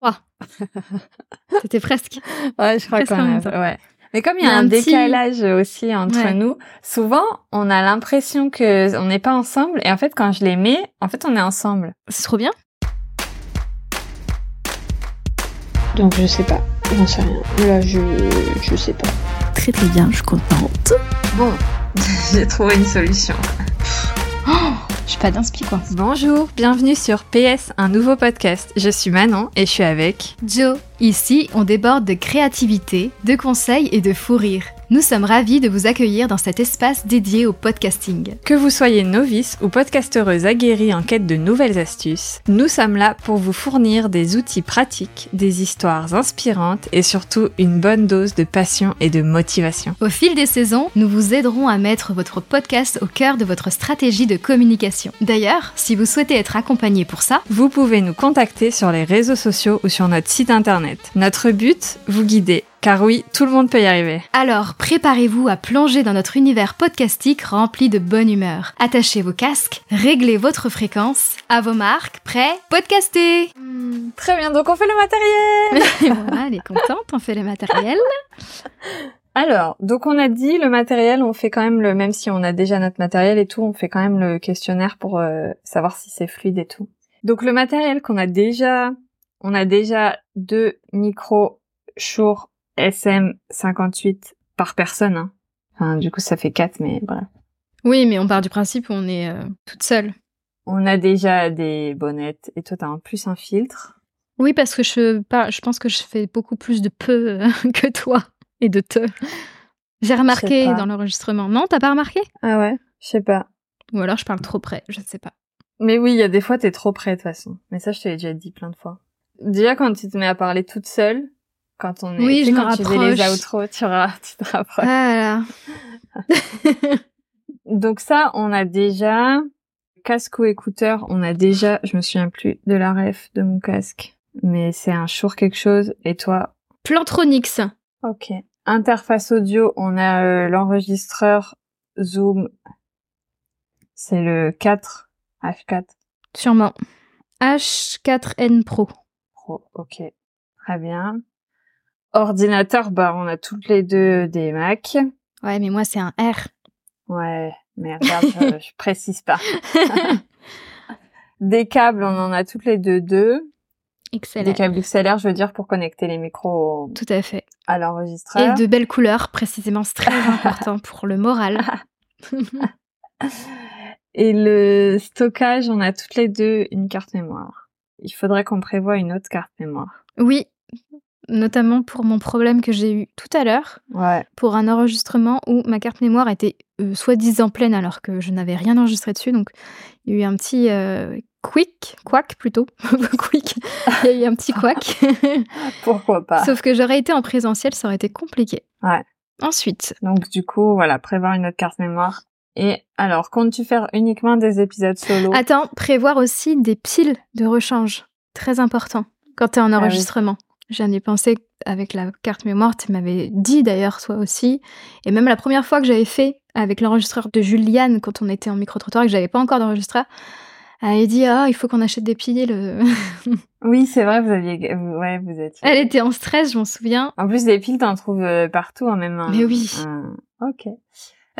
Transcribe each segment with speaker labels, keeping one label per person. Speaker 1: 3. C'était presque.
Speaker 2: Ouais, je crois
Speaker 1: Presque
Speaker 2: qu'on
Speaker 1: en même
Speaker 2: a-
Speaker 1: temps.
Speaker 2: ouais. Mais comme il y a un,
Speaker 1: petit-
Speaker 2: décalage euh, aussi entre
Speaker 1: Ouais.
Speaker 2: nous, souvent on a l'impression que on n'est pas ensemble et en fait quand je les mets, en fait on est ensemble.
Speaker 1: C'est trop bien.
Speaker 3: Donc je sais pas, j'en sais rien. Là je, je sais pas.
Speaker 4: Très très bien, je suis contente.
Speaker 2: Bon, j'ai trouvé une solution.
Speaker 4: Je suis pas d'inspi quoi.
Speaker 2: Bonjour, bienvenue sur PS, un nouveau podcast. Je suis Manon et je suis avec.
Speaker 1: Joe, ici, on déborde de créativité, de conseils et de fou rire. Nous sommes ravis de vous accueillir dans cet espace dédié au podcasting.
Speaker 2: Que vous soyez novice ou podcastereuse aguerrie en quête de nouvelles astuces, nous sommes là pour vous fournir des outils pratiques, des histoires inspirantes et surtout une bonne dose de passion et de motivation.
Speaker 1: Au fil des saisons, nous vous aiderons à mettre votre podcast au cœur de votre stratégie de communication. D'ailleurs, si vous souhaitez être accompagné pour ça,
Speaker 2: Vous pouvez nous contacter sur les réseaux sociaux ou sur notre site internet. Notre but, vous guider, car oui, tout le monde peut y arriver.
Speaker 1: alors préparez-vous à plonger dans notre univers podcastique rempli de bonne humeur. Attachez vos casques, réglez votre fréquence, à vos marques, prêts, podcastez
Speaker 2: Très bien, donc on fait le matériel
Speaker 1: Et voilà, elle est contente, on fait les matériels.
Speaker 2: Alors, donc on a dit le matériel, on fait quand même le, même si on a déjà notre matériel et tout, on fait quand même le questionnaire pour euh, savoir si c'est fluide et tout. Donc le matériel qu'on a déjà, on a déjà deux micros Shure SM58 par personne. hein. Enfin, du coup, ça fait quatre, mais voilà.
Speaker 1: Oui, mais on part du principe où on est euh, toute seule.
Speaker 2: On a déjà des bonnettes et toi t'as en plus un filtre.
Speaker 1: Oui, parce que je, par- je pense que je fais beaucoup plus de peu euh, que toi et de te. J'ai remarqué
Speaker 2: pas.
Speaker 1: dans l'enregistrement. Non, t'as pas remarqué
Speaker 2: Ah ouais, je sais pas.
Speaker 1: Ou alors je parle trop près, je ne sais pas.
Speaker 2: Mais oui, il y a des fois t'es trop près de toute façon. Mais ça je te l'ai déjà dit plein de fois. Déjà quand tu te mets à parler toute seule, quand on est,
Speaker 1: Oui,
Speaker 2: tu sais,
Speaker 1: je me
Speaker 2: quand tu fais les
Speaker 1: rapproche.
Speaker 2: outros, tu, ra- tu te rapproches.
Speaker 1: Ah
Speaker 2: Donc ça on a déjà casque ou écouteur, on a déjà, je me souviens plus de la ref de mon casque, mais c'est un Shure quelque chose. Et toi,
Speaker 1: Plantronics.
Speaker 2: ok. Interface audio, on a euh, l'enregistreur Zoom, c'est le 4 H4.
Speaker 1: Sûrement. H4N Pro.
Speaker 2: Pro, ok. Très bien. Ordinateur, bah, on a toutes les deux des Mac.
Speaker 1: Ouais, mais moi c'est un R.
Speaker 2: Ouais, mais regarde, je, je précise pas. Des câbles, on en a toutes les deux deux. Des
Speaker 1: Excellent.
Speaker 2: câbles XLR, je veux dire, pour connecter les micros au-
Speaker 1: Tout à fait.
Speaker 2: à
Speaker 1: Et
Speaker 2: l'enregistreur.
Speaker 1: de belles couleurs, précisément, c'est très important pour le moral.
Speaker 2: Et le stockage, on a toutes les deux une carte mémoire. Il faudrait qu'on prévoie une autre carte mémoire.
Speaker 1: Oui, notamment pour mon problème que j'ai eu tout à l'heure,
Speaker 2: Ouais.
Speaker 1: pour un enregistrement où ma carte mémoire était euh, soi-disant pleine alors que je n'avais rien enregistré dessus. Donc, il y a eu un petit euh, quick, quack plutôt, quick, il y a eu un petit quack.
Speaker 2: Pourquoi pas.
Speaker 1: Sauf que j'aurais été en présentiel, ça aurait été compliqué.
Speaker 2: Ah. Ouais.
Speaker 1: Ensuite,
Speaker 2: Donc, du coup, voilà, prévoir une autre carte mémoire. Et alors, comptes-tu faire uniquement des épisodes solo?
Speaker 1: attends, prévoir aussi des piles de rechange. Très important quand tu es en
Speaker 2: oui.
Speaker 1: enregistrement. J'en ai pensé avec la carte mémoire, tu m'avais dit d'ailleurs, toi aussi. Et même la première fois que j'avais fait avec l'enregistreur de Juliane, quand on était en micro-trottoir et que j'avais pas encore d'enregistreur, elle avait dit Ah, il faut qu'on achète des piles.
Speaker 2: Oui, c'est vrai, vous aviez, vous- ouais, vous étiez.
Speaker 1: elle était en stress, je m'en souviens.
Speaker 2: En plus, des piles, t'en trouves euh, partout, hein, même. un-
Speaker 1: Mais oui.
Speaker 2: un- Ok.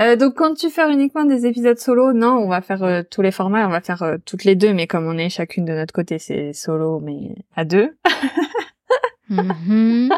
Speaker 2: Euh, donc, quand tu fais uniquement des épisodes solo, non, on va faire euh, tous les formats, on va faire euh, toutes les deux, mais comme on est chacune de notre côté, c'est solo, mais à deux.
Speaker 1: Mhm.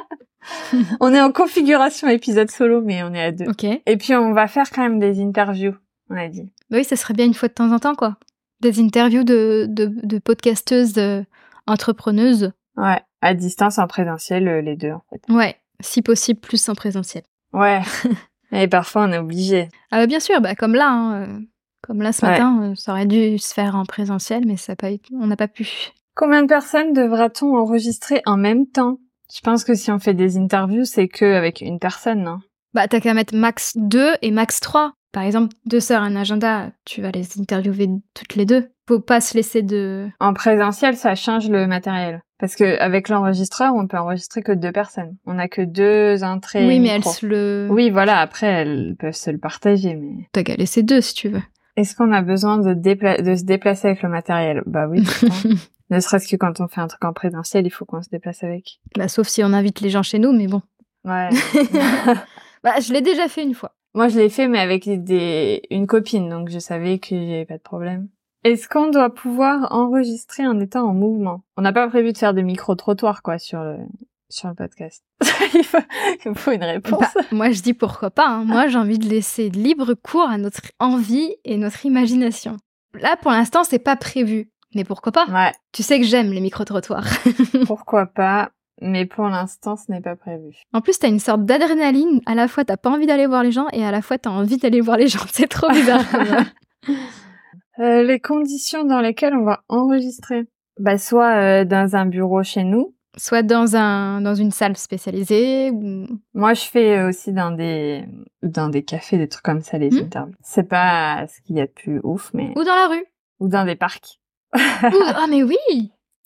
Speaker 2: on est en configuration épisode solo, mais on est à deux.
Speaker 1: Ok.
Speaker 2: Et puis, on va faire quand même des interviews, on a dit.
Speaker 1: Bah oui, ça serait bien une fois de temps en temps, quoi. Des interviews de, de, de podcasteuses, euh, entrepreneuses.
Speaker 2: Ouais. À distance, en présentiel, euh, les deux, en fait.
Speaker 1: Ouais, si possible, plus en présentiel.
Speaker 2: Ouais. Et parfois, on est obligé.
Speaker 1: Ah bah bien sûr, bah comme là, hein, euh, comme là ce
Speaker 2: Ouais.
Speaker 1: matin, euh, ça aurait dû se faire en présentiel, mais ça a pas été- on n'a pas pu.
Speaker 2: Combien de personnes devra-t-on enregistrer en même temps Je pense que si on fait des interviews, c'est que avec une personne, non
Speaker 1: Bah t'as qu'à mettre max 2 et max 3. Par exemple, deux sœurs, un agenda, tu vas les interviewer toutes les deux. Faut pas se laisser de...
Speaker 2: En présentiel, ça change le matériel. Parce que avec l'enregistreur, on peut enregistrer que deux personnes. On n'a que deux entrées.
Speaker 1: oui, mais elles
Speaker 2: micro.
Speaker 1: se le...
Speaker 2: Oui, voilà. Après, elles peuvent se le partager, mais
Speaker 1: T'as qu'à laisser deux si tu veux.
Speaker 2: est-ce qu'on a besoin de, dépla- de se déplacer avec le matériel Bah oui. je pense. Ne serait-ce que quand on fait un truc en présentiel, il faut qu'on se déplace avec.
Speaker 1: Bah, sauf si on invite les gens chez nous, mais bon.
Speaker 2: Ouais.
Speaker 1: Bah, je l'ai déjà fait une fois.
Speaker 2: Moi, je l'ai fait, mais avec des... une copine, donc je savais que j'avais pas de problème. Est-ce qu'on doit pouvoir enregistrer en étant en mouvement On n'a pas prévu de faire des micro-trottoirs, quoi, sur le, sur le podcast. il, faut... il faut une réponse.
Speaker 1: Bah, moi, je dis pourquoi pas. hein. Moi, j'ai envie de laisser libre cours à notre envie et notre imagination. Là, pour l'instant, c'est pas prévu. Mais pourquoi pas
Speaker 2: Ouais,
Speaker 1: Tu sais que j'aime les micro-trottoirs.
Speaker 2: pourquoi pas, mais pour l'instant, ce n'est pas prévu.
Speaker 1: En plus, t'as une sorte d'adrénaline. À la fois, t'as pas envie d'aller voir les gens et à la fois, t'as envie d'aller voir les gens. C'est trop bizarre.
Speaker 2: Euh, les conditions dans lesquelles on va enregistrer Bah, soit euh, dans un bureau chez nous.
Speaker 1: Soit dans, un, dans une salle spécialisée ou
Speaker 2: Moi, je fais euh, aussi dans des dans des cafés, des trucs comme ça, les
Speaker 1: Mhm.
Speaker 2: interviews. C'est pas ce qu'il y a de plus ouf, mais
Speaker 1: ou dans la rue.
Speaker 2: ou dans des parcs.
Speaker 1: Ou- Ah, mais oui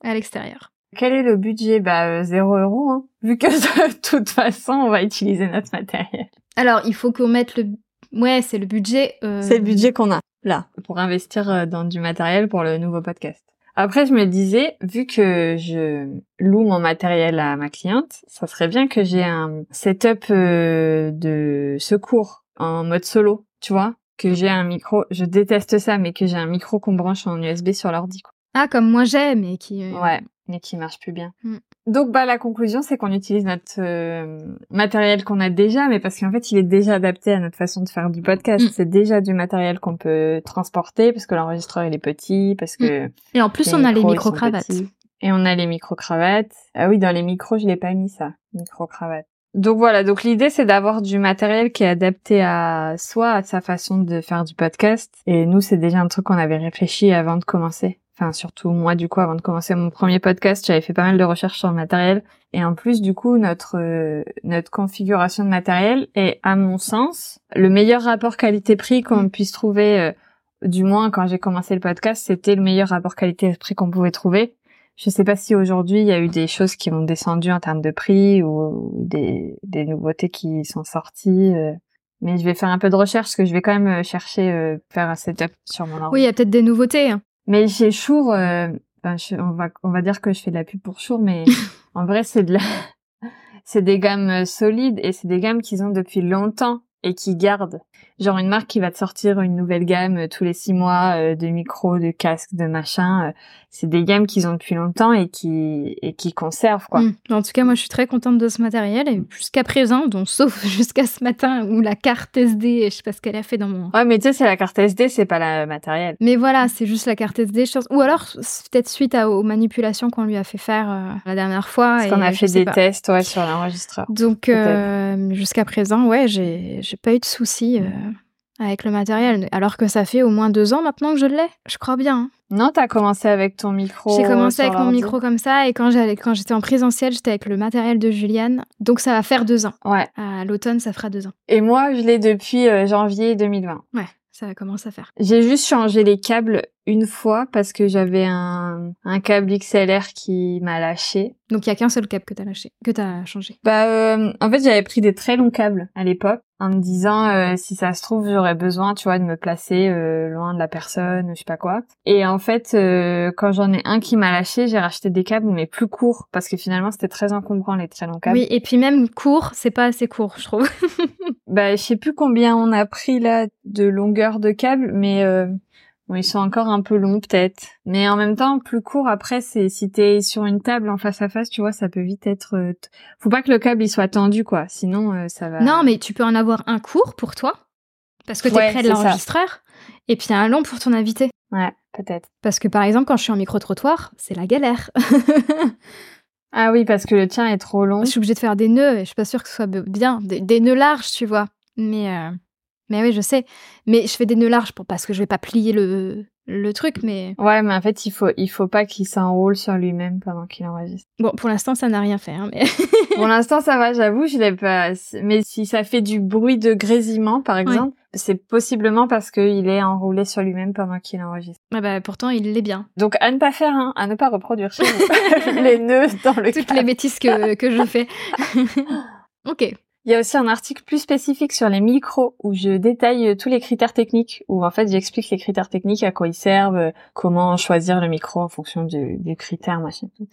Speaker 1: À l'extérieur.
Speaker 2: Quel est le budget Bah, euh, zéro euro, hein. vu que de toute façon, on va utiliser notre matériel.
Speaker 1: Alors, il faut qu'on mette le. Ouais, c'est le budget. euh,
Speaker 2: C'est le budget qu'on a là pour investir euh, dans du matériel pour le nouveau podcast. Après, je me disais, vu que je loue mon matériel à ma cliente, ça serait bien que j'ai un setup euh, de secours en mode solo, tu vois, que j'ai un micro. Je déteste ça, mais que j'ai un micro qu'on branche en USB sur l'ordi. quoi.
Speaker 1: Ah, comme moi j'aime et qui. euh,
Speaker 2: Ouais, mais qui marche plus bien.
Speaker 1: Mm.
Speaker 2: Donc bah la conclusion c'est qu'on utilise notre euh, matériel qu'on a déjà, mais parce qu'en fait il est déjà adapté à notre façon de faire du podcast.
Speaker 1: Mm.
Speaker 2: C'est déjà du matériel qu'on peut transporter parce que l'enregistreur il est petit, parce
Speaker 1: Mm.
Speaker 2: que
Speaker 1: Et en plus,
Speaker 2: les
Speaker 1: on a les
Speaker 2: micros, ils sont
Speaker 1: micro-cravates.
Speaker 2: petits. et on a les micro cravates. Ah oui dans les micros je l'ai pas mis ça, micro cravate. Donc voilà donc l'idée c'est d'avoir du matériel qui est adapté à soi, à sa façon de faire du podcast. Et nous c'est déjà un truc qu'on avait réfléchi avant de commencer. Enfin, surtout moi, du coup, avant de commencer mon premier podcast, j'avais fait pas mal de recherches sur le matériel. Et en plus, du coup, notre euh, notre configuration de matériel est, à mon sens, le meilleur rapport qualité-prix qu'on puisse trouver. euh, du moins, quand j'ai commencé le podcast, c'était le meilleur rapport qualité-prix qu'on pouvait trouver. Je sais pas si aujourd'hui il y a eu des choses qui ont descendu en termes de prix ou des des nouveautés qui sont sorties. euh, mais je vais faire un peu de recherche parce que je vais quand même euh, chercher euh, faire un setup sur mon ordi.
Speaker 1: Oui, il y a peut-être des nouveautés. hein.
Speaker 2: Mais chez Chour, euh, ben, je- on va on va dire que je fais de la pub pour Chour, mais en vrai c'est de la c'est des gammes euh, solides et c'est des gammes qu'ils ont depuis longtemps et qui gardent. Genre une marque qui va te sortir une nouvelle gamme euh, tous les six mois euh, de micros, de casques, de machin. euh, c'est des gammes qu'ils ont depuis longtemps et qui et qui conservent quoi.
Speaker 1: Mm. En tout cas, moi, je suis très contente de ce matériel. Et jusqu'à présent, donc, sauf jusqu'à ce matin où la carte SD, je sais pas ce qu'elle a fait dans mon.
Speaker 2: Ouais, mais tu sais c'est la carte SD, c'est pas la matériel.
Speaker 1: Mais voilà, c'est juste la carte SD. je pense. Ou alors, c'est peut-être suite à- aux manipulations qu'on lui a fait faire euh, la dernière fois.
Speaker 2: Parce
Speaker 1: et
Speaker 2: qu'on a
Speaker 1: je
Speaker 2: fait
Speaker 1: sais
Speaker 2: des
Speaker 1: pas.
Speaker 2: tests ouais sur l'enregistreur.
Speaker 1: Donc, euh, jusqu'à présent, ouais, j'ai j'ai pas eu de soucis euh, avec le matériel. Alors que ça fait au moins deux ans maintenant que je l'ai. Je crois bien. hein.
Speaker 2: Non, t'as commencé avec ton micro. euh,
Speaker 1: J'ai commencé
Speaker 2: Oh, sur
Speaker 1: avec mon
Speaker 2: l'ordi.
Speaker 1: micro comme ça. Et quand j'allais- quand j'étais en présentiel, j'étais avec le matériel de Juliane. Donc, ça va faire deux ans.
Speaker 2: Ouais.
Speaker 1: À l'automne, ça fera deux ans.
Speaker 2: Et moi, je l'ai depuis euh, janvier 2020.
Speaker 1: Ouais, ça commence à faire.
Speaker 2: J'ai juste changé les câbles une fois parce que j'avais un, un câble XLR qui m'a lâché.
Speaker 1: Donc il y a qu'un seul câble que t'as lâché, que t'as changé.
Speaker 2: Bah, euh, en fait, j'avais pris des très longs câbles à l'époque en me disant euh, si ça se trouve j'aurais besoin, tu vois, de me placer euh, loin de la personne, ou je sais pas quoi. Et en fait, euh, quand j'en ai un qui m'a lâché, j'ai racheté des câbles mais plus courts parce que finalement c'était très encombrant les très longs câbles.
Speaker 1: Oui, et puis même court, c'est pas assez court, je trouve.
Speaker 2: Bah, je sais plus combien on a pris là de longueur de câble, mais euh, bon, ils sont encore un peu longs peut-être. Mais en même temps, plus court après, c'est si t'es sur une table en face à face, tu vois, ça peut vite être. euh, t- Faut pas que le câble il soit tendu quoi, sinon euh, ça va.
Speaker 1: Non, mais tu peux en avoir un court pour toi, parce que t'es
Speaker 2: Ouais,
Speaker 1: près de
Speaker 2: c'est ça.
Speaker 1: l'enregistreur, et puis un long pour ton invité.
Speaker 2: Ouais, peut-être.
Speaker 1: Parce que par exemple, quand je suis en micro-trottoir, c'est la galère.
Speaker 2: Ah oui, parce que le tien est trop long.
Speaker 1: je suis obligée de faire des nœuds, et je suis pas sûre que ce soit be- bien. Des, des nœuds larges, tu vois. Mais, euh, mais oui, je sais. Mais je fais des nœuds larges pour, parce que je vais pas plier le, le truc, mais
Speaker 2: Ouais, mais en fait, il faut il faut pas qu'il s'enroule sur lui-même pendant qu'il enregistre.
Speaker 1: bon, pour l'instant, ça n'a rien fait. hein, mais...
Speaker 2: Pour l'instant, ça va, j'avoue, je l'ai pas. Mais si ça fait du bruit de grésillement, par exemple, c'est possiblement parce qu'il est enroulé sur lui-même pendant qu'il enregistre.
Speaker 1: Ah bah, pourtant, il l'est bien.
Speaker 2: Donc à ne pas faire, hein, à ne pas reproduire chez vous les nœuds dans le
Speaker 1: toutes les
Speaker 2: câble.
Speaker 1: bêtises que, que je fais. ok.
Speaker 2: Il y a aussi un article plus spécifique sur les micros où je détaille euh, tous les critères techniques, où en fait j'explique les critères techniques, à quoi ils servent, euh, comment choisir le micro en fonction du, du critère, machin. tout.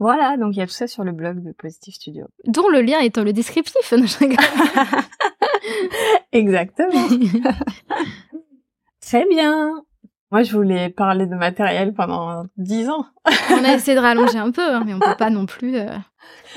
Speaker 2: Voilà, donc il y a tout ça sur le blog de Positive Studio.
Speaker 1: Dont le lien est dans le descriptif. Non, je rigole.
Speaker 2: Exactement. Très bien. Moi, je voulais parler de matériel pendant 10 ans.
Speaker 1: on a essayé de rallonger un peu, hein, mais on peut pas non plus. euh,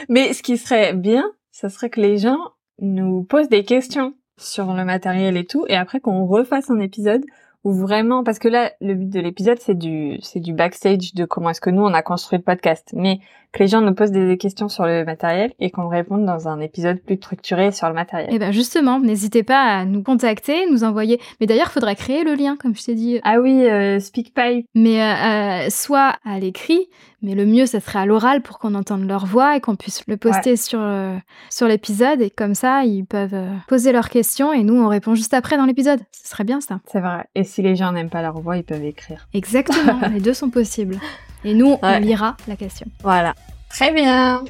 Speaker 2: Mais ce qui serait bien, ça serait que les gens nous posent des questions sur le matériel et tout, et après qu'on refasse un épisode où vraiment, parce que là, le but de l'épisode, c'est du, c'est du backstage de comment est-ce que nous on a construit le podcast, mais que les gens nous posent des questions sur le matériel et qu'on réponde dans un épisode plus structuré sur le matériel.
Speaker 1: Eh ben justement, n'hésitez pas à nous contacter, nous envoyer. Mais d'ailleurs, faudra créer le lien, comme je t'ai dit.
Speaker 2: Ah oui, euh, SpeakPipe.
Speaker 1: Mais euh, euh, soit à l'écrit, mais le mieux, ça serait à l'oral pour qu'on entende leur voix et qu'on puisse le poster sur, euh, sur l'épisode. Et comme ça, ils peuvent euh, poser leurs questions et nous, on répond juste après dans l'épisode. Ce serait bien ça.
Speaker 2: C'est vrai. Et si les gens n'aiment pas leur voix, ils peuvent écrire.
Speaker 1: Exactement, les deux sont possibles. Et nous, on
Speaker 2: Ouais.
Speaker 1: lira la question.
Speaker 2: Voilà. Très bien.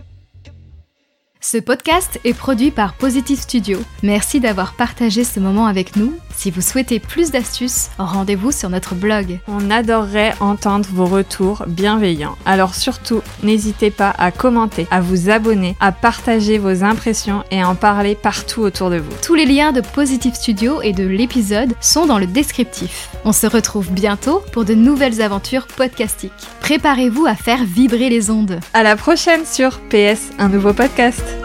Speaker 1: Ce podcast est produit par Positive Studio. Merci d'avoir partagé ce moment avec nous. Si vous souhaitez plus d'astuces, rendez-vous sur notre blog.
Speaker 2: On adorerait entendre vos retours bienveillants. Alors surtout, n'hésitez pas à commenter, à vous abonner, à partager vos impressions et à en parler partout autour de vous.
Speaker 1: Tous les liens de Positive Studio et de l'épisode sont dans le descriptif. On se retrouve bientôt pour de nouvelles aventures podcastiques. Préparez-vous à faire vibrer les ondes.
Speaker 2: À la prochaine sur PS, un nouveau podcast.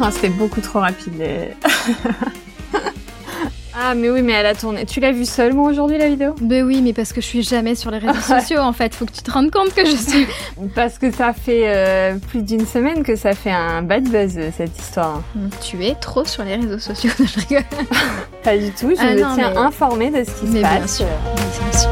Speaker 2: Ah, c'était beaucoup trop rapide. les- ah, mais oui, mais elle a tourné. Tu l'as vue seulement aujourd'hui la vidéo
Speaker 1: Ben oui, mais parce que je suis jamais sur les réseaux sociaux en fait. Faut que tu te rendes compte que je suis.
Speaker 2: Parce que ça fait euh, plus d'une semaine que ça fait un bad buzz euh, cette histoire.
Speaker 1: tu es trop sur les réseaux sociaux. Je rigole.
Speaker 2: Pas du tout, je
Speaker 1: Ah
Speaker 2: me
Speaker 1: non,
Speaker 2: tiens
Speaker 1: mais-
Speaker 2: informée de ce qui
Speaker 1: Mais
Speaker 2: se
Speaker 1: bien
Speaker 2: passe. euh.
Speaker 1: sûr. Mais bien sûr.